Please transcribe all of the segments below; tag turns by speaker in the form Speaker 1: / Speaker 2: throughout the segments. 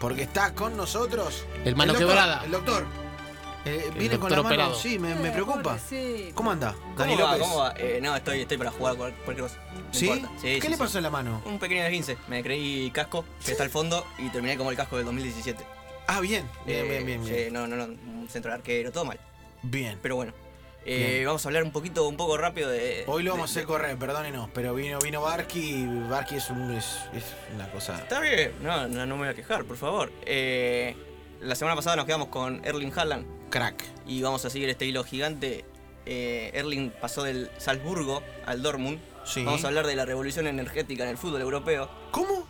Speaker 1: Porque está con nosotros.
Speaker 2: El mano
Speaker 1: doctor,
Speaker 2: quebrada.
Speaker 1: El doctor. Eh,
Speaker 2: El
Speaker 1: viene con
Speaker 2: doctor
Speaker 1: la mano.
Speaker 2: operado.
Speaker 1: Sí, me, me preocupa.
Speaker 3: Sí.
Speaker 1: ¿Cómo anda?
Speaker 4: ¿Cómo
Speaker 1: Dani
Speaker 4: va?
Speaker 1: López.
Speaker 4: ¿Cómo va? Eh, no, estoy, estoy para jugar cual- cualquier cosa. No
Speaker 1: ¿Sí?
Speaker 4: importa.
Speaker 1: ¿Qué
Speaker 4: sí,
Speaker 1: le
Speaker 4: sí.
Speaker 1: pasó en la mano?
Speaker 4: Un pequeño desguince. Me creí casco, que está al fondo y terminé como el casco del 2017.
Speaker 1: Ah, bien. Bien,
Speaker 4: Eh,
Speaker 1: bien, bien. Bien.
Speaker 4: sí, no, no, no. Un centro de arquero, todo mal.
Speaker 1: Bien.
Speaker 4: Pero eh, bueno. Eh,
Speaker 1: Bien.
Speaker 4: Vamos a hablar un poquito, un poco rápido de.
Speaker 1: Hoy lo vamos a
Speaker 4: de-
Speaker 1: hacer correr, perdónenos, pero vino, vino Barky y Barky es, un, es, es una cosa.
Speaker 4: Está bien, no, no, no me voy a quejar, por favor. Eh, la semana pasada nos quedamos con Erling Haaland
Speaker 1: Crack.
Speaker 4: y vamos a seguir este hilo gigante. Eh, Erling pasó del Salzburgo al Dortmund.
Speaker 1: Sí.
Speaker 4: Vamos a hablar de la revolución energética en el fútbol europeo.
Speaker 1: ¿Cómo?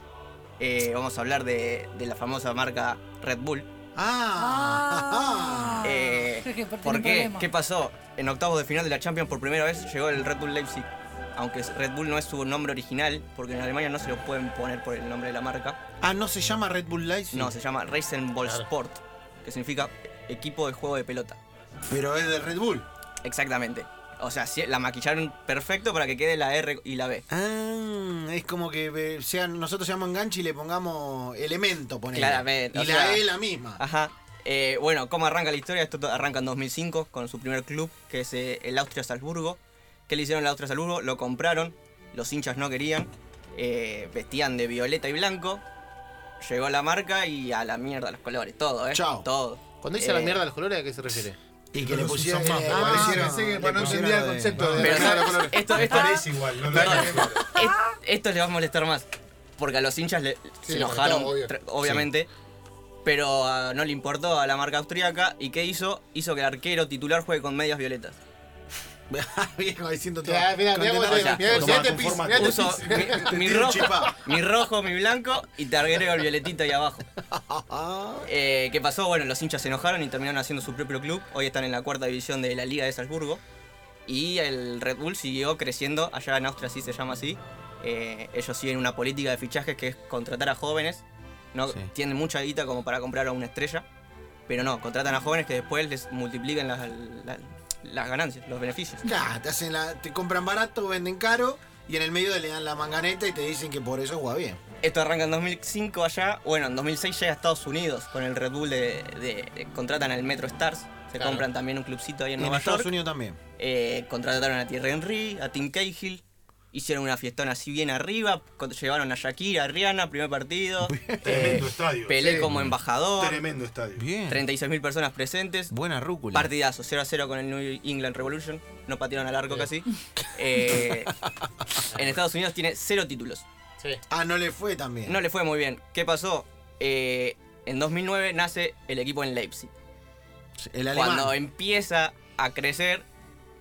Speaker 4: Eh, vamos a hablar de, de la famosa marca Red Bull.
Speaker 1: Ah.
Speaker 3: Ah.
Speaker 4: Eh,
Speaker 3: creo que aparte
Speaker 4: ¿Por
Speaker 3: no
Speaker 4: qué?
Speaker 3: problema.
Speaker 4: ¿Qué pasó? En octavos de final de la Champions por primera vez llegó el Red Bull Leipzig. Aunque Red Bull no es su nombre original, porque en Alemania no se lo pueden poner por el nombre de la marca.
Speaker 1: Ah, no se llama Red Bull Lights.
Speaker 4: No, se llama Racing Ball
Speaker 2: Claro.
Speaker 4: Sport, que significa equipo de juego de pelota.
Speaker 1: Pero es de Red Bull.
Speaker 4: Exactamente. O sea, sí, la maquillaron perfecto para que quede la R y la B.
Speaker 1: Ah, es como que eh, sean, nosotros seamos enganche y le pongamos elemento, ponele.
Speaker 4: Claramente,
Speaker 1: Y
Speaker 4: o
Speaker 1: la
Speaker 4: sea-
Speaker 1: E la misma.
Speaker 4: Ajá. Eh, bueno, ¿cómo arranca la historia? Esto to- arranca en 2005 con su primer club, que es eh, el Austria Salzburgo. ¿Qué le hicieron al Austria Salzburgo? Lo compraron, los hinchas no querían, eh, vestían de violeta y blanco. Llegó la marca y a la mierda los colores, todo, ¿eh?
Speaker 1: Chao.
Speaker 4: Todo.
Speaker 2: Cuando dice
Speaker 4: Eh,
Speaker 2: la mierda a los colores, ¿a qué se refiere?
Speaker 1: Y que le
Speaker 5: Los
Speaker 1: pusieron.
Speaker 5: usan más.
Speaker 1: eh,
Speaker 5: Ah,
Speaker 1: le pusieron-
Speaker 5: pensé que
Speaker 1: le
Speaker 5: para no
Speaker 1: pusieron
Speaker 5: entendía el
Speaker 1: de-
Speaker 5: concepto de-
Speaker 4: Pero,
Speaker 5: Claro,
Speaker 4: ¿sabes?
Speaker 5: claro.
Speaker 4: Esto, esto,
Speaker 5: Parece igual, no lo
Speaker 4: Perdón.
Speaker 5: hagas, claro.
Speaker 4: Es- esto les va a molestar más. Porque a los hinchas le-
Speaker 5: Sí,
Speaker 4: se
Speaker 5: les
Speaker 4: enojaron,
Speaker 5: molestaba, obvio.
Speaker 4: tra- obviamente. Pero ah, no le importó a la marca austríaca. ¿Y qué hizo? Hizo que el arquero titular juegue con medias violetas.
Speaker 1: Ah, Viejo, diciendo todo.
Speaker 5: Mirá, mirá, mirá
Speaker 1: Contento
Speaker 5: cómo
Speaker 1: con
Speaker 5: te-
Speaker 1: la-
Speaker 5: mirá-
Speaker 2: Toma,
Speaker 5: mirá este
Speaker 2: con
Speaker 5: pis,
Speaker 2: forma-
Speaker 5: mirá este
Speaker 4: Puso
Speaker 5: pis.
Speaker 4: mi, mi
Speaker 1: Te
Speaker 4: rojo,
Speaker 1: chipá.
Speaker 4: mi rojo, mi blanco y te agrego el violetito ahí abajo.
Speaker 1: Ah,
Speaker 4: Eh, ¿Qué pasó? Bueno, los hinchas se enojaron y terminaron haciendo su propio club. Hoy están en la cuarta división de la Liga de Salzburgo. Y el Red Bull siguió creciendo, allá en Austria sí se llama así. Eh, ellos siguen una política de fichajes que es contratar a jóvenes. No
Speaker 1: Sí.
Speaker 4: tienen mucha guita como para comprar a una estrella. Pero no, contratan a jóvenes que después les multiplican las, la- las ganancias, los beneficios.
Speaker 1: nah, te, hacen la- te compran barato, venden caro y en el medio le dan la manganeta y te dicen que por eso juega bien.
Speaker 4: Esto arranca en 2005 allá. Bueno, en 2006 llega a Estados Unidos con el Red Bull de... de- de- contratan al Metro Stars. Se
Speaker 2: Claro.
Speaker 4: compran también un clubcito ahí en
Speaker 1: Y en
Speaker 4: Nueva
Speaker 1: Estados
Speaker 4: York.
Speaker 1: Unidos también.
Speaker 4: Eh, contrataron a Thierry Henry, a Tim Cahill. Hicieron una fiestona así bien arriba. con- Llevaron a Shakira, a Rihanna, primer partido. eh,
Speaker 5: Tremendo estadio.
Speaker 4: Pelé
Speaker 5: sí.
Speaker 4: como embajador.
Speaker 5: Tremendo estadio.
Speaker 1: Eh, Bien.
Speaker 4: 36.000 personas presentes.
Speaker 1: Buena rúcula.
Speaker 4: Partidazo, 0 a 0 con el New England Revolution. No patearon al arco casi. Eh, en Estados Unidos tiene cero títulos.
Speaker 2: Sí.
Speaker 1: Ah, no le fue también.
Speaker 4: No le fue muy bien. ¿Qué pasó? Eh, en 2009 nace el equipo en Leipzig.
Speaker 1: el alemán.
Speaker 4: Cuando empieza a crecer,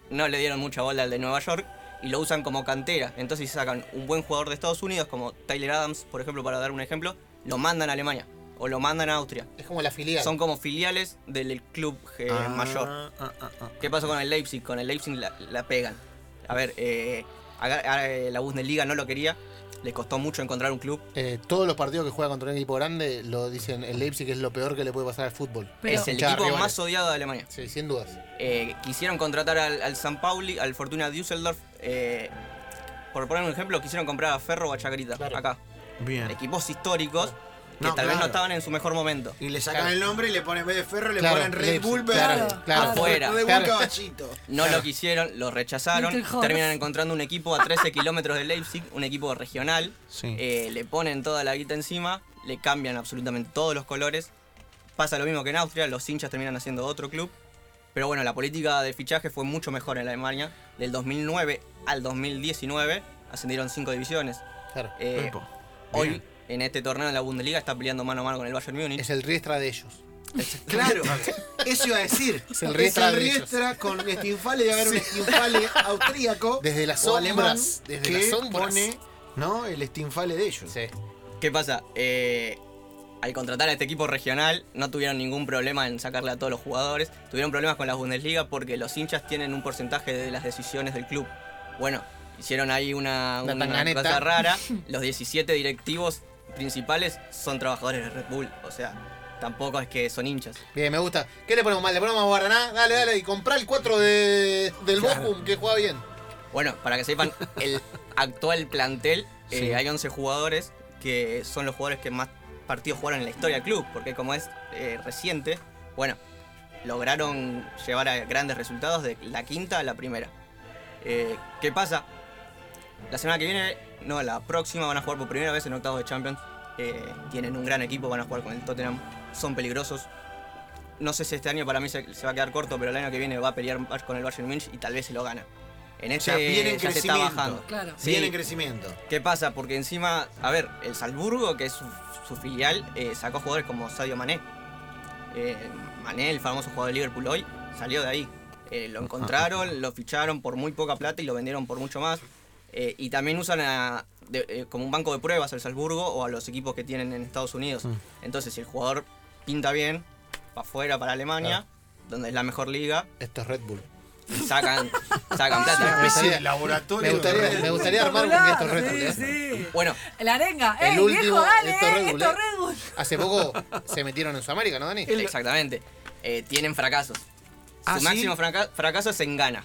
Speaker 4: no le dieron mucha bola al de Nueva York y lo usan como cantera. Entonces sacan un buen jugador de Estados Unidos, como Tyler Adams, por ejemplo, para dar un ejemplo, lo mandan a Alemania o lo mandan a Austria.
Speaker 2: Es como la filial.
Speaker 4: Son como filiales del club eh,
Speaker 1: Ah,
Speaker 4: mayor.
Speaker 1: ah, ah, ah.
Speaker 4: ¿Qué pasó con el Leipzig? Con el Leipzig la, la pegan. A ver, eh, aga- a- eh, la Bundesliga no lo quería, le costó mucho encontrar un club.
Speaker 2: Eh, todos los partidos que juega contra un equipo grande lo dicen el Leipzig es lo peor que le puede pasar al fútbol.
Speaker 3: Pero-
Speaker 4: es el
Speaker 2: Hinchada
Speaker 4: equipo
Speaker 2: rivales.
Speaker 4: más odiado de Alemania.
Speaker 2: Sí, sin dudas.
Speaker 4: Eh, quisieron contratar al, al San Pauli, al Fortuna Düsseldorf. eh, por poner un ejemplo, quisieron comprar a Ferro o a Chacarita,
Speaker 2: Claro.
Speaker 4: acá.
Speaker 1: Bien.
Speaker 4: Equipos históricos que
Speaker 1: No,
Speaker 4: tal vez no
Speaker 1: claro.
Speaker 4: estaban en su mejor momento.
Speaker 1: Y le sacan
Speaker 2: Claro.
Speaker 1: el nombre y le ponen en vez de ferro, le
Speaker 2: Claro,
Speaker 1: ponen Red
Speaker 2: Leipzig,
Speaker 1: Bull,
Speaker 2: claro,
Speaker 1: pero-
Speaker 2: claro.
Speaker 4: Afuera.
Speaker 1: Red Bull
Speaker 2: Claro.
Speaker 1: caballito.
Speaker 4: No lo quisieron, lo rechazaron.
Speaker 3: Little Horse.
Speaker 4: Terminan encontrando un equipo a 13 kilómetros de Leipzig, un equipo regional.
Speaker 1: Sí.
Speaker 4: eh, le ponen toda la guita encima, le cambian absolutamente todos los colores. Pasa lo mismo que en Austria, los hinchas terminan haciendo otro club. Pero bueno, la política de fichaje fue mucho mejor en Alemania. Del 2009 al 2019 ascendieron cinco divisiones.
Speaker 2: Claro.
Speaker 4: Eh,
Speaker 1: Epo.
Speaker 4: hoy,
Speaker 1: Bien.
Speaker 4: en este torneo de la Bundesliga, está peleando mano a mano con el Bayern Múnich.
Speaker 2: Es el riestra de ellos.
Speaker 1: Claro, eso iba a decir.
Speaker 2: Es el Riestra
Speaker 1: Es el
Speaker 2: de ellos.
Speaker 1: Riestra con este Stinfale, debe haber un Stinfale austríaco.
Speaker 2: Desde las
Speaker 1: o
Speaker 2: sombras,
Speaker 1: alemán
Speaker 2: desde
Speaker 1: que
Speaker 2: las sombras.
Speaker 1: pone ¿no? el Stinfale de ellos.
Speaker 2: Sí.
Speaker 4: ¿Qué pasa? Eh, al contratar a este equipo regional, no tuvieron ningún problema en sacarle a todos los jugadores. Tuvieron problemas con la Bundesliga porque los hinchas tienen un porcentaje de las decisiones del club. Bueno, hicieron ahí una,
Speaker 2: Una
Speaker 4: una
Speaker 2: tanganeta.
Speaker 4: cosa rara. Los 17 directivos principales son trabajadores de Red Bull. O sea, tampoco es que son hinchas.
Speaker 2: Bien, me gusta. ¿Qué le ponemos mal? ¿Le ponemos Guaraná? Dale, dale. Y comprá el 4 de, del Bochum que juega bien.
Speaker 4: Bueno, para que sepan, el actual plantel, eh,
Speaker 1: Sí.
Speaker 4: hay 11 jugadores que son los jugadores que más partidos jugaron en la historia del club, porque como es eh, reciente, bueno, lograron llevar a grandes resultados de la quinta a la primera. Eh, ¿Qué pasa? La semana que viene, no, la próxima van a jugar por primera vez en octavos de Champions. Eh, tienen un gran equipo, van a jugar con el Tottenham, son peligrosos. No sé si este año para mí se, se va a quedar corto, pero el año que viene va a pelear con el Bayern Munich y tal vez se lo gana. En este
Speaker 1: sea, viene en
Speaker 4: ya se está
Speaker 1: crecimiento.
Speaker 4: bajando.
Speaker 3: Claro.
Speaker 4: Sí.
Speaker 1: Viene en crecimiento.
Speaker 4: ¿Qué pasa? Porque encima, a ver, el Salzburgo, que es su, su filial, eh, sacó jugadores como Sadio Mané. Eh, Mané, el famoso jugador de Liverpool hoy, salió de ahí. Eh, lo encontraron, lo ficharon por muy poca plata y lo vendieron por mucho más. Eh, y también usan a- de- eh, como un banco de pruebas al Salzburgo o a los equipos que tienen en Estados Unidos. Entonces, si el jugador pinta bien, para afuera, para Alemania, donde es la mejor liga,
Speaker 2: Esto es Red Bull.
Speaker 4: y sacan, sacan plata.
Speaker 5: especie de
Speaker 2: Me
Speaker 5: laboratorio. de
Speaker 2: gustaría,
Speaker 5: Red
Speaker 2: me
Speaker 5: Bull.
Speaker 2: gustaría armar porque esto es Red Bull. ¿eh?
Speaker 3: Sí, sí.
Speaker 4: Bueno,
Speaker 3: La arenga.
Speaker 2: El
Speaker 3: ¡Ey,
Speaker 2: último,
Speaker 3: viejo, dale!
Speaker 2: esto es Red
Speaker 3: eh,
Speaker 2: Bull,
Speaker 3: esto es
Speaker 2: eh.
Speaker 3: Red Bull.
Speaker 2: Hace poco se metieron en Sudamérica, ¿no, Dani?
Speaker 4: Exactamente. Eh, tienen fracasos.
Speaker 1: ¿Ah,
Speaker 4: Su
Speaker 1: sí?
Speaker 4: máximo fraca- fracaso es en Ghana.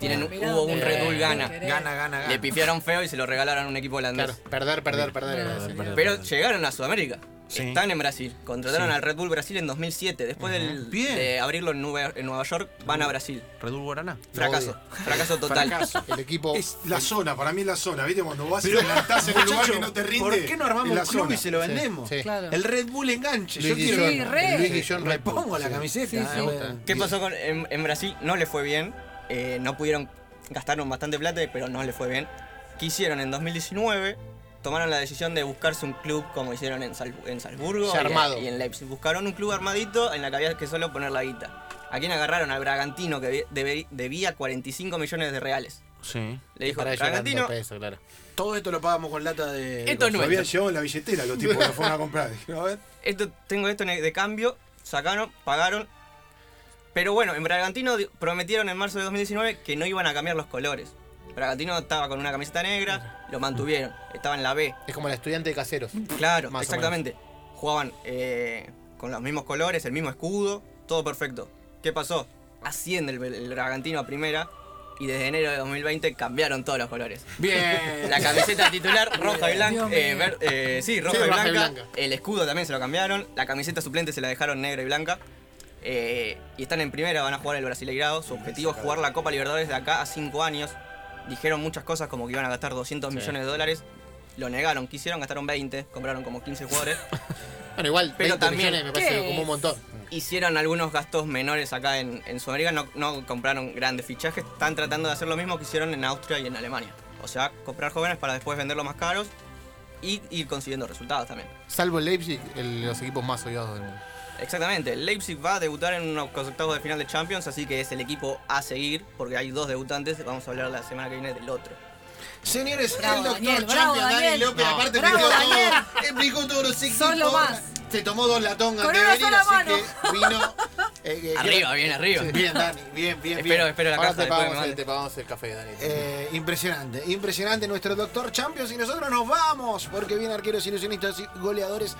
Speaker 4: Tienen,
Speaker 3: Bueno, mirá
Speaker 4: hubo un
Speaker 3: dónde
Speaker 4: Red Bull
Speaker 3: querés.
Speaker 4: Ghana.
Speaker 1: Gana, gana,
Speaker 4: Le
Speaker 1: gana.
Speaker 4: pifiaron feo y se lo regalaron a un equipo holandés.
Speaker 2: Claro, perder, perder, perder. sí.
Speaker 6: Perdón,
Speaker 4: Pero
Speaker 6: perdón.
Speaker 4: llegaron a Sudamérica.
Speaker 1: Sí.
Speaker 4: Están en Brasil. Contrataron al Red Bull Brasil en 2007. Después del-
Speaker 1: Bien.
Speaker 4: de abrirlo en Nueva, en Nueva York, van a Brasil.
Speaker 6: Red Bull Guaraná.
Speaker 4: Fracaso. Fracaso total.
Speaker 1: Fracaso.
Speaker 2: El equipo.
Speaker 5: Es la zona, para mí es la zona, ¿viste? Cuando vas y te levantás en un lugar que no te rinde.
Speaker 1: ¿Por qué no
Speaker 5: es
Speaker 1: armamos
Speaker 5: la
Speaker 1: un club
Speaker 5: zona.
Speaker 1: y se lo vendemos?
Speaker 2: Sí.
Speaker 3: Claro.
Speaker 1: El Red Bull enganche.
Speaker 2: Luis
Speaker 1: Yo quiero.
Speaker 3: Sí,
Speaker 2: Guillón.
Speaker 3: re.
Speaker 2: Luis Guillón
Speaker 1: Me
Speaker 2: Red Bull.
Speaker 1: pongo la
Speaker 2: Sí.
Speaker 1: camiseta.
Speaker 3: Sí, sí.
Speaker 1: eh, bueno.
Speaker 4: ¿Qué pasó con, en, en Brasil? No le fue bien. eh, no pudieron, gastaron bastante plata, pero no le fue bien. ¿Qué hicieron en 2019? Tomaron la decisión de buscarse un club como hicieron en, Sal- en Salzburgo
Speaker 2: Ya
Speaker 4: y-
Speaker 2: armado.
Speaker 4: Y, en Leipzig. Buscaron un club armadito en la que había que solo poner la guita. ¿A quién agarraron? Al Bragantino, que debe- debe- debía 45 millones de reales.
Speaker 6: Sí.
Speaker 4: Le dijo,
Speaker 2: Para ellos
Speaker 4: Bragantino,
Speaker 2: dando peso, claro.
Speaker 1: Todo esto lo pagamos con lata de. de
Speaker 4: Esto es
Speaker 5: Lo habían
Speaker 4: nuestro.
Speaker 5: llevado en la billetera los tipos que fueron a comprar. Dijeron, a ver.
Speaker 4: Esto, tengo esto en el- de cambio. Sacaron, pagaron. Pero bueno, en Bragantino di- prometieron en marzo de 2019 que no iban a cambiar los colores. Bragantino estaba con una camiseta negra, lo mantuvieron. Estaba en la B,
Speaker 2: Es como el estudiante de caseros.
Speaker 4: Claro,
Speaker 2: Más o
Speaker 4: exactamente. Jugaban eh, con los mismos colores, el mismo escudo, todo perfecto. ¿Qué pasó? Asciende el, el Bragantino a primera y desde enero de 2020 cambiaron todos los colores.
Speaker 1: Bien.
Speaker 4: La camiseta titular roja y blanca.
Speaker 3: Dios mío.
Speaker 4: eh, ver- eh, sí, roja,
Speaker 2: Sí,
Speaker 4: y,
Speaker 2: roja
Speaker 4: blanca.
Speaker 2: y blanca.
Speaker 4: El escudo también se lo cambiaron. La camiseta suplente se la dejaron negra y blanca. Eh, y están en primera, van a jugar el Brasileirado. Su objetivo es jugar la Copa Libertadores de acá a 5 años. Dijeron muchas cosas como que iban a gastar 200 millones de dólares. Lo negaron, quisieron, gastaron 20, compraron como 15 jugadores.
Speaker 2: Bueno, igual,
Speaker 4: Pero
Speaker 2: 20
Speaker 4: también-
Speaker 2: millones me parece
Speaker 3: ¿Qué
Speaker 2: como un
Speaker 3: es?
Speaker 2: montón.
Speaker 4: Hicieron algunos gastos menores acá en, en Sudamérica, no, no compraron grandes fichajes. Están tratando de hacer lo mismo que hicieron en Austria y en Alemania. O sea, comprar jóvenes para después venderlos más caros y ir consiguiendo resultados también.
Speaker 2: Salvo el Leipzig, el- los equipos más odiados del mundo.
Speaker 4: Exactamente, el Leipzig va a debutar en unos octavos de final de Champions, así que es el equipo a seguir, porque hay dos debutantes, vamos a hablar la semana que viene del otro.
Speaker 1: Señores,
Speaker 3: Bravo,
Speaker 1: el doctor
Speaker 3: Daniel, bravo,
Speaker 1: Champion, Dani
Speaker 3: Daniel.
Speaker 1: López,
Speaker 3: No.
Speaker 1: aparte
Speaker 3: Bravo,
Speaker 1: explicó
Speaker 3: Daniel.
Speaker 1: todo, explicó todos los equipos.
Speaker 3: lo más.
Speaker 1: Se tomó dos latongas
Speaker 3: Con
Speaker 1: de
Speaker 3: una
Speaker 1: venir,
Speaker 3: sola
Speaker 1: así
Speaker 3: mano.
Speaker 1: que vino. eh, eh,
Speaker 4: Arriba, bien arriba.
Speaker 1: Sí, Bien, Dani, bien, bien,
Speaker 4: espero,
Speaker 1: bien.
Speaker 4: espero la
Speaker 2: Ahora
Speaker 4: casa
Speaker 2: te
Speaker 4: después me
Speaker 2: pagamos, el,
Speaker 4: mande.
Speaker 2: te pagamos el café, Dani.
Speaker 1: Eh, impresionante, impresionante nuestro doctor Champions y nosotros nos vamos porque viene arqueros, ilusionistas y goleadores